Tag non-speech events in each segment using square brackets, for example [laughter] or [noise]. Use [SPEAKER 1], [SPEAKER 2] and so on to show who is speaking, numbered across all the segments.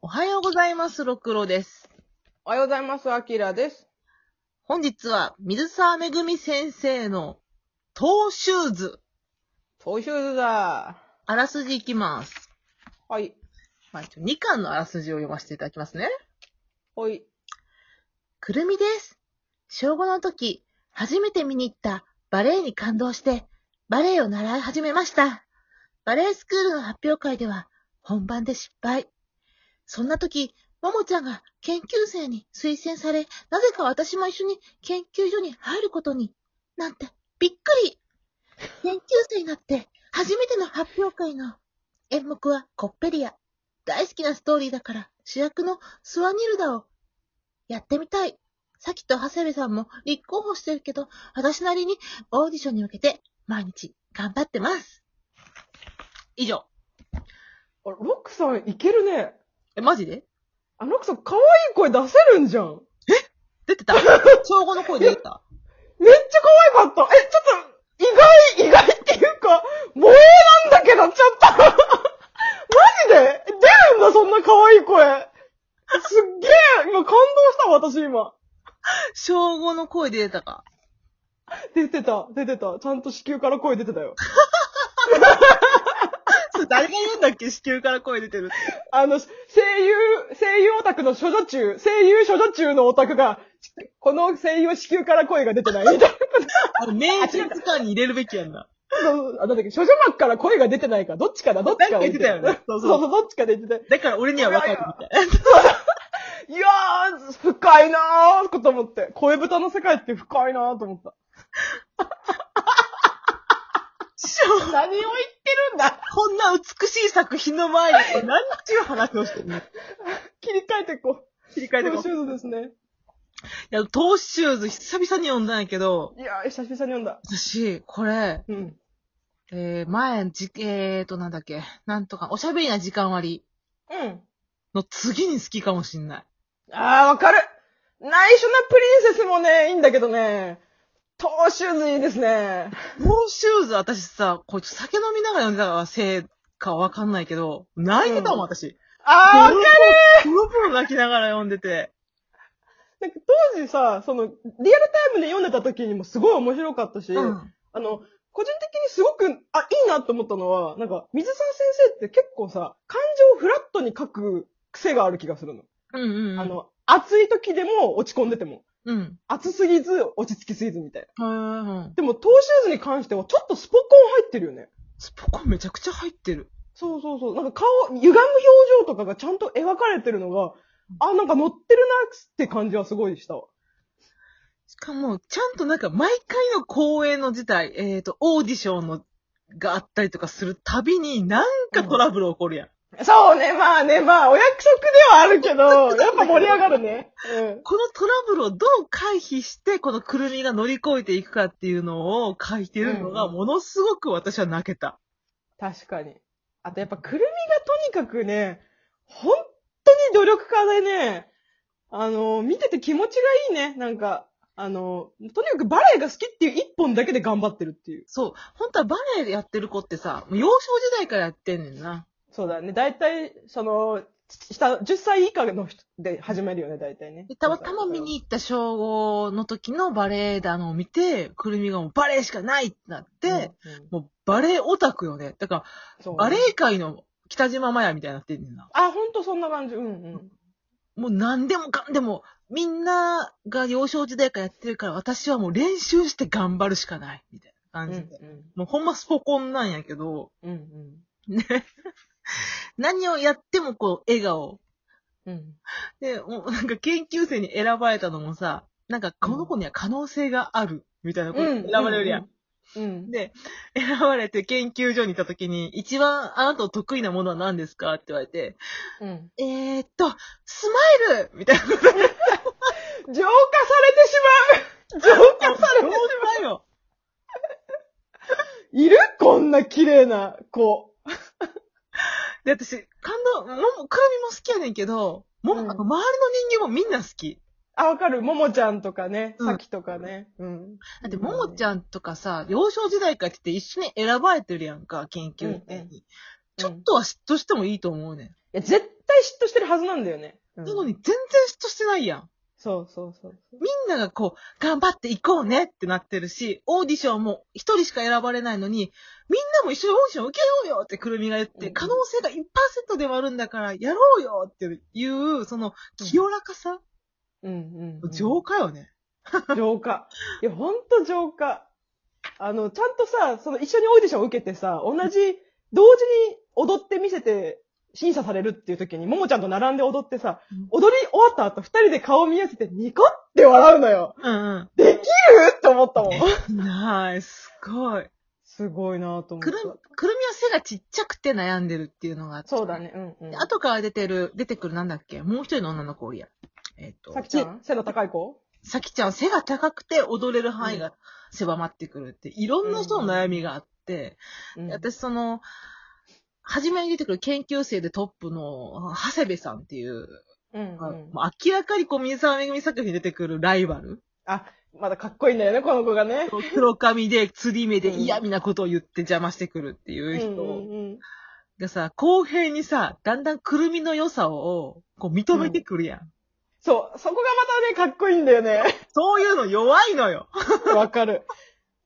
[SPEAKER 1] おはようございます、六郎です。
[SPEAKER 2] おはようございます。アキラです。
[SPEAKER 1] 本日は、水沢めぐみ先生の、トーシューズ。
[SPEAKER 2] トーシューズだ
[SPEAKER 1] あらすじいきます。
[SPEAKER 2] はい。
[SPEAKER 1] まあ、2巻のあらすじを読ませていただきますね。
[SPEAKER 2] ほい。
[SPEAKER 1] くるみです。小5の時、初めて見に行ったバレエに感動して、バレエを習い始めました。バレエスクールの発表会では、本番で失敗。そんな時、ももちゃんが研究生に推薦され、なぜか私も一緒に研究所に入ることになんて、びっくり研究生になって、初めての発表会の演目はコッペリア。大好きなストーリーだから、主役のスワニルダをやってみたい。さきと長谷部さんも立候補してるけど、私なりにオーディションに向けて毎日頑張ってます。以上。
[SPEAKER 2] あ、ロックさんいけるね。
[SPEAKER 1] え、マジで
[SPEAKER 2] あ、ロックさん可愛い声出せるんじゃん。
[SPEAKER 1] 出 [laughs] てた小5の声で出てた
[SPEAKER 2] めっちゃ可愛かった。え、ちょっと、意外、意外っていうか、萌えなんだけど、ちょっと。 [laughs] マジで出るんだ、そんな可愛い声。すっげえ、今感動したわ、私今。
[SPEAKER 1] 小5の声で出たか。
[SPEAKER 2] 出てた、出てた。ちゃんと子宮から声出てたよ。
[SPEAKER 1] それ誰が言うんだっけ子宮から声出てるって。
[SPEAKER 2] あの、声優、声優オタクの処女中、声優処女中のオタクが、この声優子宮から声が出
[SPEAKER 1] [laughs]
[SPEAKER 2] てないみたいな。
[SPEAKER 1] あの、名人図鑑に入れるべきやんな。
[SPEAKER 2] そうあ、なんだっけ、処女膜から声が出てないか、どっちかな、どっち
[SPEAKER 1] な
[SPEAKER 2] かを
[SPEAKER 1] んか言ってたよねそ
[SPEAKER 2] そ
[SPEAKER 1] そ
[SPEAKER 2] うう
[SPEAKER 1] う
[SPEAKER 2] [laughs] そうどっちかで言って
[SPEAKER 1] だから俺にはわかるみたい。
[SPEAKER 2] た。いやー、深いなーと思って。声豚の世界って深いなーと思った。何を言ってるんだ
[SPEAKER 1] こんな美しい作品の前に、何ちゅう話をしてるの
[SPEAKER 2] 切り替えていこう。
[SPEAKER 1] 切り替えてこう
[SPEAKER 2] シューズです
[SPEAKER 1] い
[SPEAKER 2] ね。
[SPEAKER 1] や、トーシューズ久々に読んだんやけど、
[SPEAKER 2] いやー、久々に読んだ。
[SPEAKER 1] 私、これ、
[SPEAKER 2] うん。
[SPEAKER 1] えー、前、じ、えーと、なんだっけ、なんとか、おしゃべりな時間割
[SPEAKER 2] うん。
[SPEAKER 1] の次に好きかもしんない。
[SPEAKER 2] あー、わかる。内緒なプリンセスもね、いいんだけどね、トーシューズいいですね。
[SPEAKER 1] トーシューズ、私さ、こいつ酒飲みながら読んでたからせいかわかんないけど、泣いてたもん、
[SPEAKER 2] うん
[SPEAKER 1] 私。
[SPEAKER 2] あー、
[SPEAKER 1] プロプロ泣きながら読んでて。
[SPEAKER 2] なんか当時さ、その、リアルタイムで読んでた時にもすごい面白かったし、
[SPEAKER 1] うん。
[SPEAKER 2] あの、個人的にすごく、あ、いいなと思ったのは、なんか、水沢先生って結構さ、感情をフラットに書く癖がある気がするの。
[SPEAKER 1] うんうんうん。
[SPEAKER 2] あ、の、暑い時でも落ち込んでても。
[SPEAKER 1] うん。
[SPEAKER 2] 暑すぎず、落ち着きすぎずみたいな。
[SPEAKER 1] うんうん。
[SPEAKER 2] でも、トーシューズに関しては、ちょっとスポコン入ってるよね。
[SPEAKER 1] スポコンめちゃくちゃ入ってる。
[SPEAKER 2] そうそうそう。なんか顔、歪む表情とかがちゃんと描かれてるのが、あ、なんか乗ってるなって感じはすごいしたわ。
[SPEAKER 1] しかも、ちゃんとなんか、毎回の公演の事態、えっ、と、オーディションの、があったりとかするたびに、なんかトラブル起こるやん。
[SPEAKER 2] そうね、まあね、まあ、お約束ではあるけど、やっぱ盛り上がるね。うん。
[SPEAKER 1] このトラブルをどう回避して、このくるみが乗り越えていくかっていうのを書いてるのが、
[SPEAKER 2] うんうん
[SPEAKER 1] ものすごく私は泣けた。
[SPEAKER 2] 確かに。あとやっぱくるみがとにかくね、本当に努力家でね、あの、見てて気持ちがいいね。なんか、あの、とにかくバレエが好きっていう一本だけで頑張ってるっていう。
[SPEAKER 1] そう。本当はバレエやってる子ってさ、もう幼少時代からやってんねんな。
[SPEAKER 2] そうだね。大体、その、下、10歳以下の人で始めるよね、大体ね
[SPEAKER 1] で。たまたま見に行った小5の時のバレエ団を見て、くるみがもうバレエしかないってなって、
[SPEAKER 2] うんうん
[SPEAKER 1] もうバレエオタクよね。だから、
[SPEAKER 2] そうね
[SPEAKER 1] バレエ界の北島麻也みたいになってんねんな。
[SPEAKER 2] あ、ほんとそんな感じ。うんうん。
[SPEAKER 1] もう何でもかんでも、みんなが幼少時代からやってるから、私はもう練習して頑張るしかない。みたいな
[SPEAKER 2] うん
[SPEAKER 1] 感
[SPEAKER 2] う
[SPEAKER 1] じで。
[SPEAKER 2] ん。
[SPEAKER 1] もうほんまスポコンなんやけど、
[SPEAKER 2] うんうん。
[SPEAKER 1] ね。何をやってもこう、笑顔。
[SPEAKER 2] うん。
[SPEAKER 1] で、もうなんか研究生に選ばれたのもさ、なんかこの子には可能性がある。みたいなこと選ばれるやん。
[SPEAKER 2] うん。うん。
[SPEAKER 1] で、選ばれて研究所に行った時に、一番あなたの得意なものは何ですかって言われて、
[SPEAKER 2] うん。
[SPEAKER 1] えーっと、スマイルみたいな。
[SPEAKER 2] 浄化されてしまう浄化されてしまう
[SPEAKER 1] うよ。
[SPEAKER 2] [laughs] いるこんな綺麗な子。
[SPEAKER 1] で、私、感動、もも、くるみも好きやねんけど、もも、
[SPEAKER 2] うん
[SPEAKER 1] あの周りの人間もみんな好き。
[SPEAKER 2] あ、わかる。ももちゃんとかね。
[SPEAKER 1] うん
[SPEAKER 2] さきとかね。うん。
[SPEAKER 1] だって、ももち
[SPEAKER 2] ゃん。
[SPEAKER 1] ゃんとかさ、幼少時代から来て一緒に選ばれてるやんか、研究員に。
[SPEAKER 2] うんうん
[SPEAKER 1] ちょっとは嫉妬してもいいと思うねん。
[SPEAKER 2] いや、絶対対嫉妬してるはずなんだよね。うん
[SPEAKER 1] なのに全然嫉妬してないやん。
[SPEAKER 2] そうそうそう。
[SPEAKER 1] みんながこう、頑張っていこうねってなってるし、オーディションも一人しか選ばれないのに、みんなも一緒にオーディション受けようよってくるみが言っ
[SPEAKER 2] うんう
[SPEAKER 1] て、
[SPEAKER 2] ん
[SPEAKER 1] 可能性が1%でもあるんだから、やろうよっていう、その、清らかさ、
[SPEAKER 2] うんうん、うん。
[SPEAKER 1] 浄化よね。 [laughs]
[SPEAKER 2] 浄化。いや、ほんと浄化。あの、ちゃんとさ、その一緒にオーディション受けてさ、同じ、同時に踊って見せて、審査されるっていう時に、ももちゃんと並んで踊ってさ
[SPEAKER 1] うん、
[SPEAKER 2] 踊り終わった後、二人で顔見合わせて、ニコって笑うのよ。
[SPEAKER 1] うん
[SPEAKER 2] できるって思った
[SPEAKER 1] [laughs]
[SPEAKER 2] もん。
[SPEAKER 1] うん。ナイス、すごい。
[SPEAKER 2] すごいなぁと思
[SPEAKER 1] くる、
[SPEAKER 2] った。
[SPEAKER 1] くるみは背がちっちゃくて悩んでるっていうのがあって。
[SPEAKER 2] そうだ。ね。うんうん。
[SPEAKER 1] 後から出てる、出てくるなんだっけもう一人の女の子おりや。えっ、と、
[SPEAKER 2] さきちゃん背の高い子
[SPEAKER 1] さきちゃん、背が高くて踊れる範囲が狭まってくるって、いろんな人の悩みがあって、
[SPEAKER 2] うん
[SPEAKER 1] 私その、初めに出てくる研究生でトップの、長谷部さんっていう、
[SPEAKER 2] うんうん。
[SPEAKER 1] もう明らかにこう、水沢めぐみ作品に出てくるライバル。
[SPEAKER 2] あ、まだかっこいいんだよね、この子がね。
[SPEAKER 1] 黒髪で、釣り目で
[SPEAKER 2] うん
[SPEAKER 1] 嫌味なことを言って邪魔してくるっていう人
[SPEAKER 2] うんうん
[SPEAKER 1] がさ、公平にさ、だんだんくるみの良さを、こう、認めてくるやん。
[SPEAKER 2] そう、そこがまたね、かっこいいんだよね。
[SPEAKER 1] そういうの弱いのよ。
[SPEAKER 2] [laughs] わかる。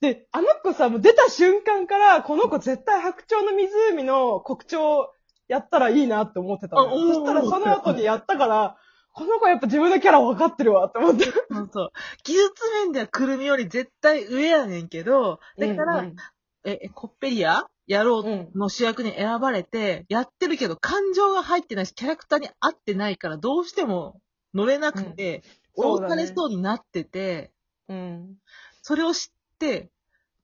[SPEAKER 2] で、あの子さ、もう出た瞬間から、この子絶対白鳥の湖の国鳥やったらいいなって思ってたの
[SPEAKER 1] あうん
[SPEAKER 2] よ。そしたらその後にやったから、この子やっぱ自分のキャラ分かってるわって思って。
[SPEAKER 1] そうそう。技術面ではくるみより絶対上やねんけど、だから、
[SPEAKER 2] うん
[SPEAKER 1] え、えコッペリアやろ
[SPEAKER 2] うん、う
[SPEAKER 1] うんの主役に選ばれて、やってるけど感情が入ってないし、キャラクターに合ってないから、どうしても乗れなくて、
[SPEAKER 2] うん
[SPEAKER 1] 追
[SPEAKER 2] そ
[SPEAKER 1] いう
[SPEAKER 2] だね
[SPEAKER 1] かれそうになってて、
[SPEAKER 2] うん。
[SPEAKER 1] それを知って、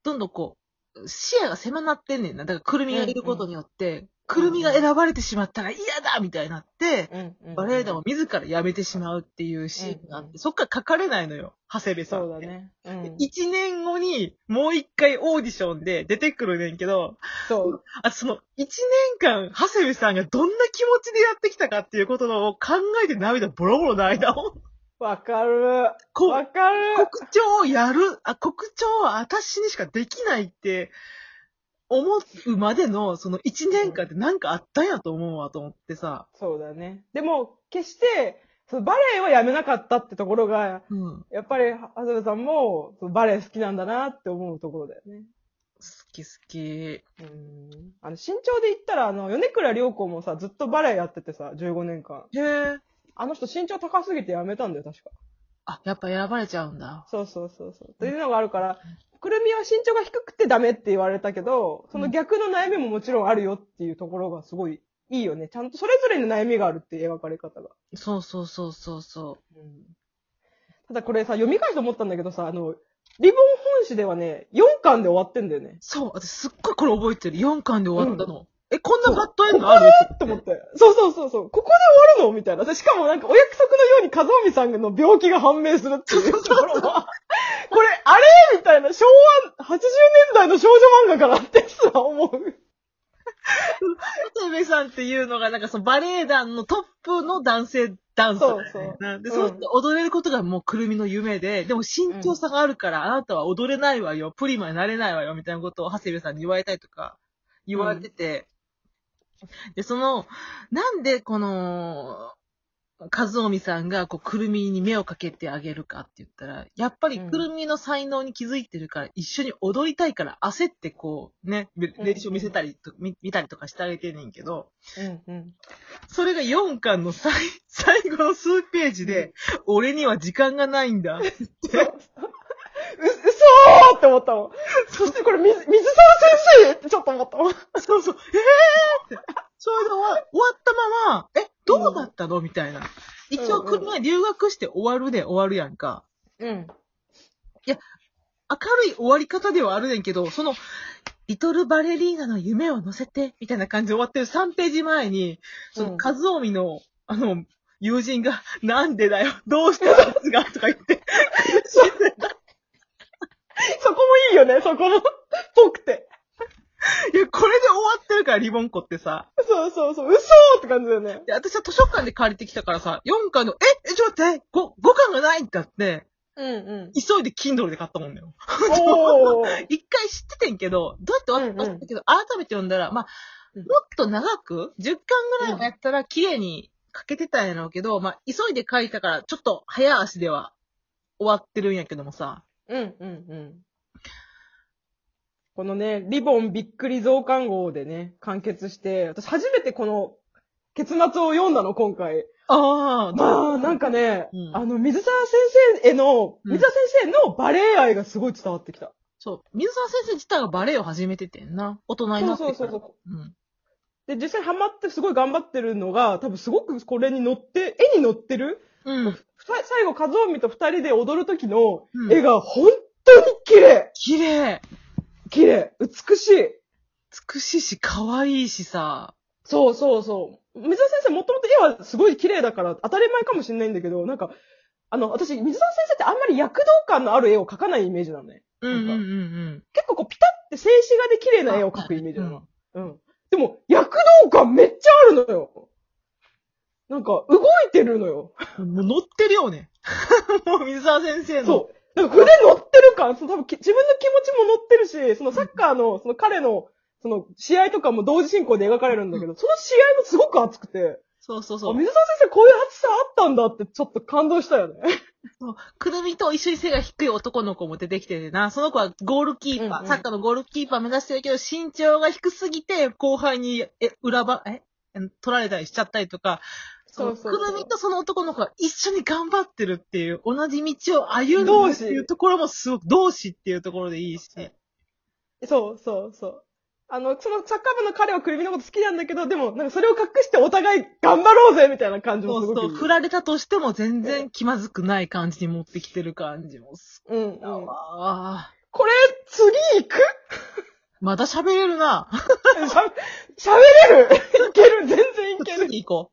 [SPEAKER 1] どんどんこう、視野が狭なってんねんな。だから、くるみがいることによって、くるみが選ばれてしまったら嫌だみたいになって、
[SPEAKER 2] うんうん。
[SPEAKER 1] バレエ団を自ら辞めてしまうっていうシーンがあって、
[SPEAKER 2] うん
[SPEAKER 1] そっから書かれないのよ、長谷部さん。
[SPEAKER 2] そうだ。ね。うん。
[SPEAKER 1] 一年後にもう一回オーディションで出てくるねんけど、
[SPEAKER 2] そう。
[SPEAKER 1] あその一年間、長谷部さんがどんな気持ちでやってきたかっていうことを考えて涙ボロボロ泣いたもん。
[SPEAKER 2] わかる。
[SPEAKER 1] こ
[SPEAKER 2] わか
[SPEAKER 1] 国
[SPEAKER 2] る。
[SPEAKER 1] 長をやる、あ、国長は私にしかできないって思うまでのその一年間ってなんかあったんやと思うわと思ってさ。
[SPEAKER 2] そうだね。でも、決して、そのバレエはやめなかったってところが、
[SPEAKER 1] うん。好
[SPEAKER 2] やっぱり、長谷部さんも、そのバレエ好きなんだなって思うところだよね。
[SPEAKER 1] き好き。
[SPEAKER 2] うんあの、身長で言ったら、あの、米倉涼子もさ、ずっとバレエやっててさ、15年間。
[SPEAKER 1] へえ。
[SPEAKER 2] あの人身長高すぎてやめたんだよ、確か。
[SPEAKER 1] あ、やっぱ選ばれちゃうんだ。
[SPEAKER 2] そうそうそうそう。というのがあるから、くるみは身長が低くてダメって言われたけど、その逆の悩みももちろんあるよっていうところがすごいいいよね。ちゃんとそれぞれの悩みがあるっていう描かれ方が。
[SPEAKER 1] そうそうそうそうそう。
[SPEAKER 2] ただこれさ、読み返して思ったんだけどさ、あの、リボン本誌ではね、4巻で終わってんだよね。
[SPEAKER 1] そう、私すっごいこれ覚えてる。4巻で終わったの。え、こん
[SPEAKER 2] そ
[SPEAKER 1] な
[SPEAKER 2] う
[SPEAKER 1] バッドエンドある
[SPEAKER 2] えっと思って。そうそうそうそう。ここで終わるのみたいな。でしかもなんかお約束のように風臣さんの病気が判明するっていうところは、これ、あれみたいな、昭和80年代の少女漫画かなってすら思う。
[SPEAKER 1] 渡辺さんっていうのが、なんかそのバレエ団のトップの男性ダンサーみたいな。で、
[SPEAKER 2] うん
[SPEAKER 1] そうやって踊れることがもうくるみの夢で、でも身長差があるから、あなたは踊れないわよ、プリマになれないわよ、みたいなことを長谷部さんに言われたりとか、言われてて、で、その、なんでこの、和臣さんがこうくるみに目をかけてあげるかって言ったら、やっぱり
[SPEAKER 2] うん
[SPEAKER 1] くるみの才能に気づいてるから、一緒に踊りたいから焦ってこうね、レ
[SPEAKER 2] うん
[SPEAKER 1] 練習を見せたりと、見見たりとかしてあげてんねんけど、
[SPEAKER 2] うんうん。
[SPEAKER 1] それが4巻の最、 [laughs] 最後の数ページで、俺には時間がないんだ。 [laughs]
[SPEAKER 2] う、嘘ーって思ったもん。そしてこれ、水、水沢先生ってちょっと思ったもん。
[SPEAKER 1] そうそう、ええーって。それで終わ終わったまま、え、どうだったのみたいな。一応、
[SPEAKER 2] うんうん
[SPEAKER 1] 国は留学して終わるで終わるやんか。
[SPEAKER 2] う
[SPEAKER 1] 明
[SPEAKER 2] ん。
[SPEAKER 1] るい終わり方ではあるねんけど、その、リトルバレリーナの夢を乗せて、みたいな感じで終わってる3ページ前に、その、
[SPEAKER 2] うん
[SPEAKER 1] カズオミの、あの、友人が、なんでだよ、どうしてですが、とか言って、 [laughs]
[SPEAKER 2] そこもいいよね、そこの、ぽくて。
[SPEAKER 1] いや、これで終わってるから、リボンコってさ。
[SPEAKER 2] そうそうそう、嘘ーって感じだよね。
[SPEAKER 1] で、私は図書館で借りてきたからさ、4巻の、え、え、ちょっと待って、5、5巻がないんだって、
[SPEAKER 2] うんうん。
[SPEAKER 1] 急いで Kindle で買ったもんだよ。
[SPEAKER 2] おー。
[SPEAKER 1] 一回知っててんけど、どうやって終わったか忘れたけど、改めて読んだら、まあ、
[SPEAKER 2] う
[SPEAKER 1] も
[SPEAKER 2] ん
[SPEAKER 1] っと長く、10巻ぐらいもやったら、綺麗にかけてたんやろうけど、まあ、急いで書いたから、ちょっと早足では終わってるんやけどもさ。
[SPEAKER 2] うんうんうん。このね、リボンびっくり増刊号でね、完結して、私初めてこの結末を読んだの、今回。
[SPEAKER 1] あ
[SPEAKER 2] まあ、なんかね、
[SPEAKER 1] うん
[SPEAKER 2] あの、水沢先生への、
[SPEAKER 1] うん
[SPEAKER 2] 水沢先生のバレエ愛がすごい伝わってきた。
[SPEAKER 1] そう。水沢先生自体がバレエを始めててんな。大人に
[SPEAKER 2] そ
[SPEAKER 1] な
[SPEAKER 2] う
[SPEAKER 1] って
[SPEAKER 2] そうそう
[SPEAKER 1] う
[SPEAKER 2] そう。
[SPEAKER 1] そう。うん。
[SPEAKER 2] で、実際ハマってすごい頑張ってるのが、多分すごくこれに乗って、絵に乗ってる
[SPEAKER 1] うん。
[SPEAKER 2] ふた最後、和臣と二人で踊る時の
[SPEAKER 1] うん
[SPEAKER 2] 絵が本当に綺麗
[SPEAKER 1] 綺麗。
[SPEAKER 2] 綺麗美しい
[SPEAKER 1] 美しいし、可愛いしさ。
[SPEAKER 2] そうそうそう。水沢先生もともと絵はすごい綺麗だから当たり前かもしれないんだけど、なんか、あの、私、水沢先生ってあんまり躍動感のある絵を描かないイメージなのね。
[SPEAKER 1] うんうんうんうん。
[SPEAKER 2] 結構こう、ピタって静止画で綺麗な絵を描くイメージなの。うん。でも、躍動感めっちゃあるのよ。なんか、動いてるのよ。
[SPEAKER 1] もう乗ってるよね。 [laughs] もう水沢先生の。
[SPEAKER 2] そう。なんか筆乗ってる感、その多分き自分の気持ちも乗ってるし、そのサッカーの、その彼の、その試合とかも同時進行で描かれるんだけど、その試合もすごく熱くて、
[SPEAKER 1] そうそう
[SPEAKER 2] あ
[SPEAKER 1] そう。
[SPEAKER 2] 水沢先生こういう熱さあったんだってちょっと感動したよね。
[SPEAKER 1] くるみと一緒に背が低い男の子も出てきててな、その子はゴールキーパー、
[SPEAKER 2] うんうん
[SPEAKER 1] サッカーのゴールキーパー目指してるけど、身長が低すぎて、後輩に、え、裏ば、え取られたりしちゃったりとか、
[SPEAKER 2] そうそうそう
[SPEAKER 1] くるみと [laughs] その男の子が一緒に頑張ってるっていう、同じ道を歩んでるっていうところもすごく、同志っていうところでいいし。
[SPEAKER 2] そうそうそう。あの、そのサッカー部の彼はくるみのこと好きなんだけど、でも、なんかそれを隠してお互い頑張ろうぜみたいな感じ
[SPEAKER 1] そ
[SPEAKER 2] もす
[SPEAKER 1] う
[SPEAKER 2] ごくい
[SPEAKER 1] そ、
[SPEAKER 2] いう
[SPEAKER 1] 振られたとしても全然気まずくない感じに持ってきてる感じもす
[SPEAKER 2] うん、うん。
[SPEAKER 1] ごいわ。
[SPEAKER 2] これ、次行く [laughs]
[SPEAKER 1] まだ喋れるな。
[SPEAKER 2] しゃ喋れる [laughs] いける全然いける
[SPEAKER 1] 次行こ